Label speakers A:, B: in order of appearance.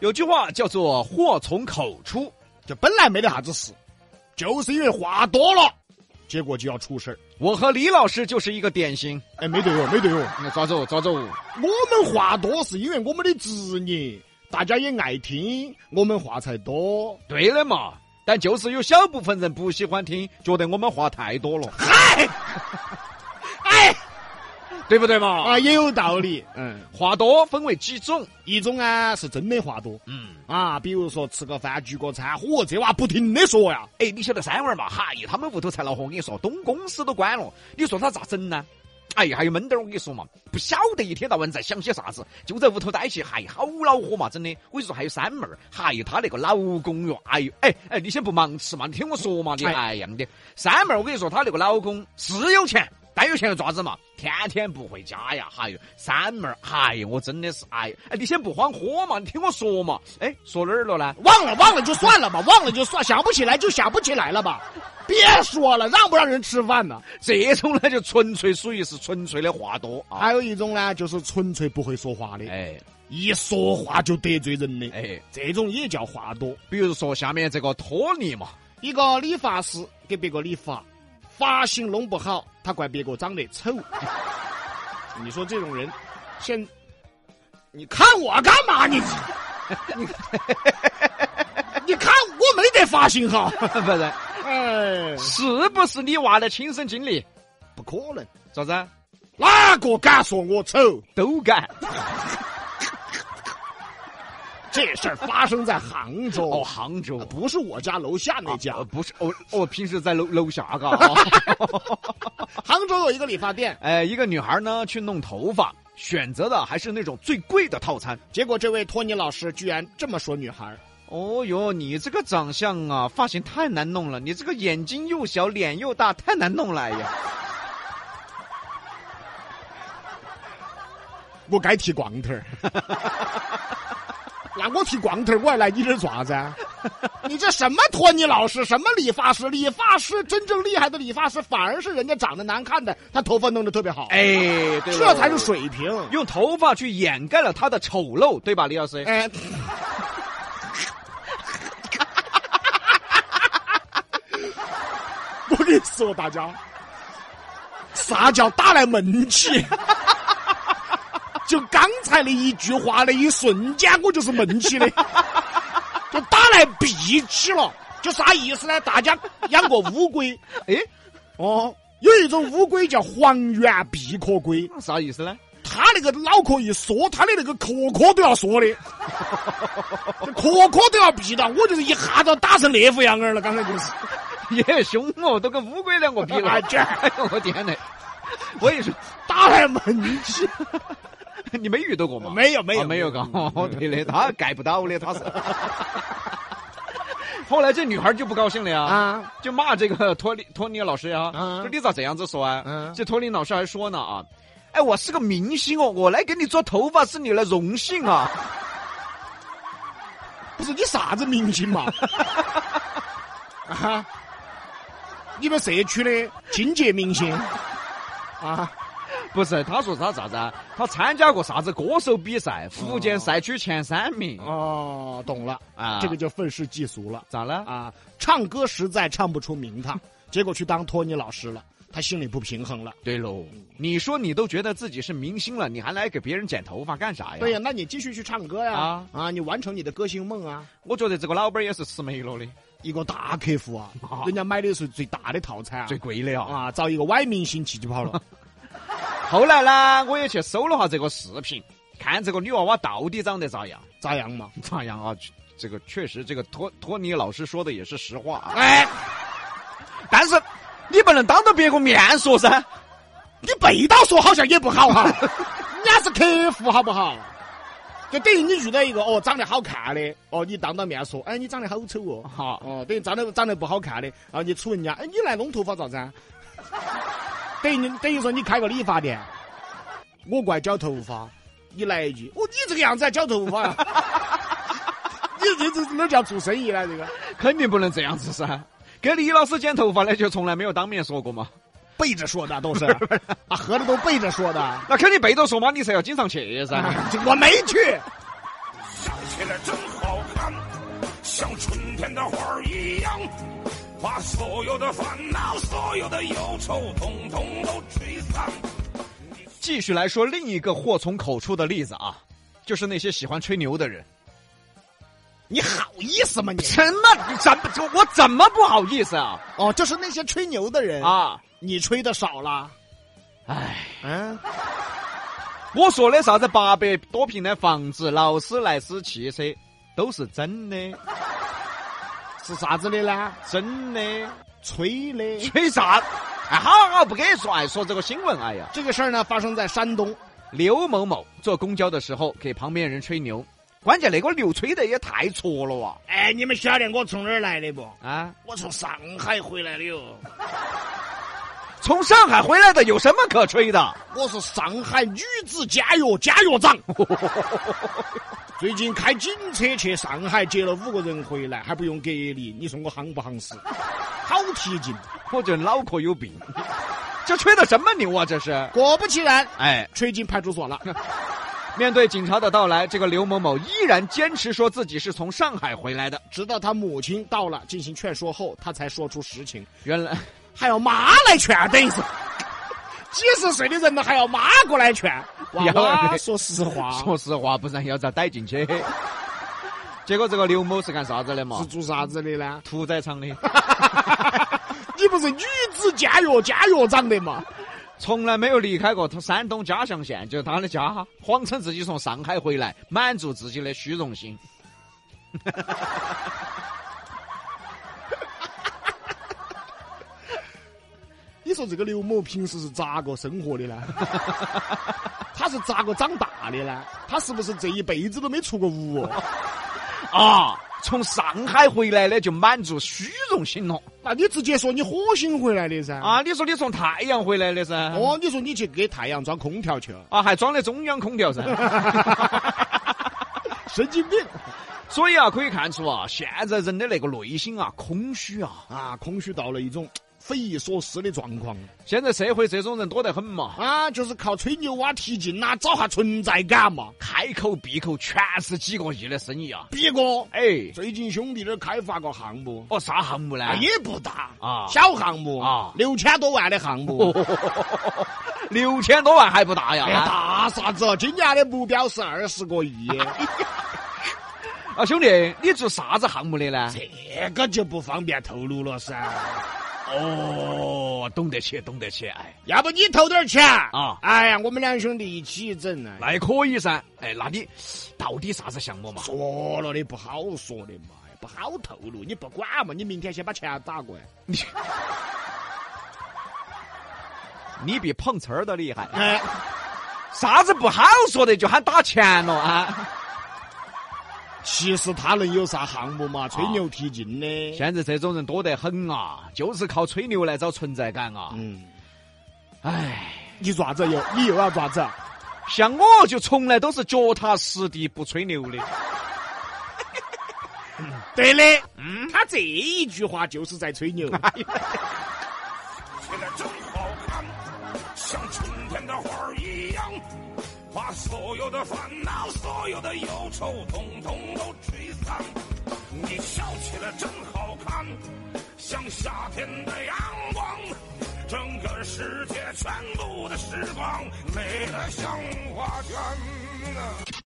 A: 有句话叫做“祸从口出
B: 就本来没得啥子事，就是因为话多了，结果就要出事儿。”，
A: 我和李老师就是一个典型。
B: 哎，没 对哦，没对哦。
A: 咋走？咋走？
B: 我们话多是因为我们的职业，大家也爱听，我们话才多。
A: 对的嘛，但就是有小部分人不喜欢听，觉得我们话太多了，
B: 嗨，哎
A: 对不对嘛？
B: 啊，也有道理。嗯，
A: 话多分为几种，
B: 一种啊是真的话多
A: 嗯，
B: 啊，比如说吃个饭聚个餐，嚯，这娃不停的说呀。
A: 哎，你晓得三娃儿嘛？嗨，他们屋头才恼火，我跟你说，东公司都关了，你说他咋整呢？哎，还有闷墩儿，我跟你说嘛，不晓得一天到晚在想些啥子，就在屋头待起，嗨，好恼火嘛，真的。我跟你说，还有三妹儿，嗨，她那个老公哟，哎呦，哎哎，你先不忙吃嘛，你听我说嘛，你
B: 哎
A: 哎呀你，三妹儿，我跟你说，她那个老公是有钱，但有钱又爪子嘛，天天不回家呀，嗨呦，三妹儿，哎呦，我真的是，哎呦，哎，你先不慌火嘛，你听我说嘛，哎，说哪儿了呢？
B: 忘了忘了就算了吧，忘了就算，想不起来就想不起来了吧。别说了，让不让人吃饭呢？
A: 这种呢就纯粹属于是纯粹的话多啊。
B: 还有一种呢，就是纯粹不会说话的，
A: 哎
B: 一说话就得罪人的，
A: 哎，
B: 这种也叫话多。
A: 比如说下面这个托尼嘛，
B: 一个理发师给别个理发，发型弄不好，他怪别个长得丑。 你说这种人，现你看我干 嘛你？你你看我没得发型哈，
A: 不是，
B: 哎，
A: 是不是你娃的亲身经历？
B: 不可能，
A: 咋子？
B: 哪个敢说我丑？
A: 都敢
B: 这事儿发生在杭州，
A: 哦，杭州
B: 不是我家楼下那家。
A: 啊不是哦，我平时在楼楼 下嘎。啊
B: 杭州有一个理发店，
A: 哎，一个女孩呢去弄头发，选择的还是那种最贵的套餐。
B: 结果这位托尼老师居然这么说女孩儿。
A: 哦哟，你这个长相啊，发型太难弄了，你这个眼睛又小，脸又大，太难弄了哎呀！
B: 我该剃光头儿。 那我剃光头儿，我还来你这儿做啥子啊？你这什么托尼老师，什么理发师？理发师真正厉害的理发师，反而是人家长得难看的，他头发弄得特别好，
A: 哎，对
B: 这
A: 喽
B: 才是水平。
A: 用头发去掩盖了他的丑陋，对吧，李老师？
B: 哎，我跟你说，大家，啥叫打来闷气？就刚才那一句话，那一瞬间，我就是闷气的，就打来闭气了。就啥意思呢？大家养过乌龟
A: 哎，
B: 哦，有一种乌龟叫黄缘闭壳龟，
A: 啥意思呢？
B: 它那个脑壳一缩，它的那个壳壳都要 缩的，这壳壳都要闭到，我就是一下子打成那副样儿了，刚才就是。。
A: 也凶哦，都跟乌龟两个比了
B: 哎这
A: 哎呦，我天哪！我跟你说，
B: 打来闷气，
A: 你没遇到过吗？
B: 没有没有嗯
A: 哦没有。搞，对的，他盖不到的，他 是。 后来这女孩就不高兴了呀，
B: 啊，
A: 就骂这个托尼托尼老师呀，
B: 啊
A: 说你咋这样子说啊
B: 嗯？
A: 这托尼老师还说呢啊，哎，我是个明星哦，我来给你做头发是你的荣幸啊。
B: 不是你啥子明星嘛？啊，你们社区的清洁明星啊，
A: 不是，他说他啥子啊？他参加过啥子歌手比赛，福建赛区前三名
B: 哦，懂了，
A: 啊。
B: 这个就愤世嫉俗了
A: 咋了？
B: 啊！唱歌实在唱不出名堂，结果去当托尼老师了，他心里不平衡了。
A: 对喽，你说你都觉得自己是明星了，你还来给别人剪头发干啥呀？
B: 对呀、，那你继续去唱歌呀
A: 啊
B: 啊你完成你的歌星梦啊！
A: 我觉得这个老板儿也是吃没了的，
B: 一个大客户啊
A: 啊，
B: 人家买的是最大的套餐啊，
A: 最贵的啊。
B: 啊，找一个歪明星气就 跑了。
A: 后来呢，我也去搜了下这个视频，看这个女娃娃到底长得咋样？
B: 咋样嘛？
A: 咋样啊？这这个确实，这个托托尼老师说的也是实话啊。
B: 哎，
A: 但是你不能当着别个面说 噻。
B: 你背到说好像也不好 哈，人家是客户好不好？就等于你遇到一个哦长得好看的，哦你当着面说，哎你长得好丑哦，
A: 哈，
B: 哦等于长得长得不好看的，然后你杵人家，哎你来弄头发咋子啊？ 等于你等于说你开个理发店，我过来剪头发，你来一句，哦你这个样子还剪头发呀、 你这这哪叫做生意呢？这个
A: 肯定不能这样子噻。给李老师剪头发呢，就从来没有当面说过嘛，
B: 背着说的都是， 啊，合着都背着 说的。
A: 那肯定背着说嘛，你才要经常去噻。
B: 我没去。
C: 上学了。来真好看，像春天的花儿一样，把所有的烦恼、所有的忧愁，统统都吹散。
A: 继续来说另一个祸从口出的例子啊，就是那些喜欢吹牛的人。
B: 你好意思吗你？
A: 什么？怎么？这我怎么不好意思啊？
B: 哦，就是那些吹牛的人，
A: 啊，
B: 你吹的少了，
A: 唉，
B: 嗯，
A: 我说的啥子八百多平的房子、劳斯莱斯汽车，都是真的，
B: 是啥子的呢？
A: 真的。
B: 吹的。
A: 吹啥？哎，好好不跟你说，哎，说这个新闻，哎呀。
B: 这个事儿呢，发生在山东。
A: 刘某某坐公交的时候给旁边人吹牛，关键那个牛吹得也太挫了啊哇！
B: 哎，你们晓得我从哪儿来的不？
A: 啊，
B: 我从上海回来的哟。
A: 从上海回来的有什么可吹 的？
B: 我是上海女子监狱监狱 长。最近开警车去上海接了五个人回来，还不用隔离，你说我夯不夯实？好贴近。
A: 我觉得脑壳有病，这吹的什么牛啊？这是！
B: 果不其然，
A: 哎，
B: 吹进派出所 了。
A: 面对警察的到来，这个刘某某依然坚持说自己是从上海回来的。
B: 直到他母亲到了进行劝说后，他才说出实情，
A: 原来，
B: 还要妈来劝，等于 是几十岁的人了，还要妈过来劝。娃
A: 要
B: 娃
A: 啊
B: 说实话
A: 说实话，不然要遭逮进 去。结果这个刘某是干啥子的
B: 是
A: 嘛？
B: 做啥子的呢？
A: 屠宰场 的，
B: 你不是女子监狱监狱长的嘛？
A: 从来没有离开过他山东嘉祥县，就是他的家，谎称自己从上海回来，满足自己的虚荣心。
B: 你说这个刘某平时是咋个生活的呢？ 他是咋个长大的呢？他是不是这一辈子都没出过屋哦？
A: 啊，从上海回来的就满足虚荣心了
B: 那你直接说你火星回来的噻？啊，
A: 啊！你说你从太阳回来的噻？
B: 哦，你说你去给太阳装空调去了，
A: 啊，还装的中央空调噻。
B: 神经病
A: 所以啊，可以看出啊，现在人的那个内心啊，空虚啊。
B: 啊！空虚到了一种匪夷所思的状况
A: 现在社会这种人多得很嘛，
B: 啊，就是靠吹牛啊、提劲啊，找下存在感嘛。
A: 开口闭口全是几个亿的生意啊！
B: 比哥，
A: 哎，
B: 最近兄弟这儿开发个项目，
A: 哦，啥项目呢？
B: 啊，哦也不大
A: 啊
B: 小项目
A: 啊
B: 六千多万的项目。
A: 六千多万还不大呀？
B: 哎呀，大啥子？今年的目标是二十个亿，
A: 啊，兄弟，你做啥子项目的呢？
B: 这个就不方便透露了噻。
A: 哦，懂得起，懂得起，哎，
B: 要不你投点钱
A: 啊
B: 哎呀，我们两兄弟一起整啊。
A: 那也可以噻。哎，那你到底啥子项目嘛？
B: 说了的不好说的嘛，不好透露，你不管嘛，你明天先把钱打过来。
A: 你比碰瓷儿的厉害，
B: 哎，
A: 啥子不好说的就喊打钱了啊！
B: 其实他能有啥项目嘛？吹牛提劲的。
A: 现在这种人多得很啊，就是靠吹牛来找存在感啊。
B: 嗯，
A: 哎，
B: 你爪子又，你又要爪子？
A: 像我就从来都是脚踏实地不吹牛的。
B: 对的，嗯，他这一句话就是在吹牛。
C: 起来真好看，像春天的花儿一样，把所有的烦恼、所有的忧愁，统统都吹散。你笑起来真好看，像夏天的阳光，整个世界全部的时光美得像画卷。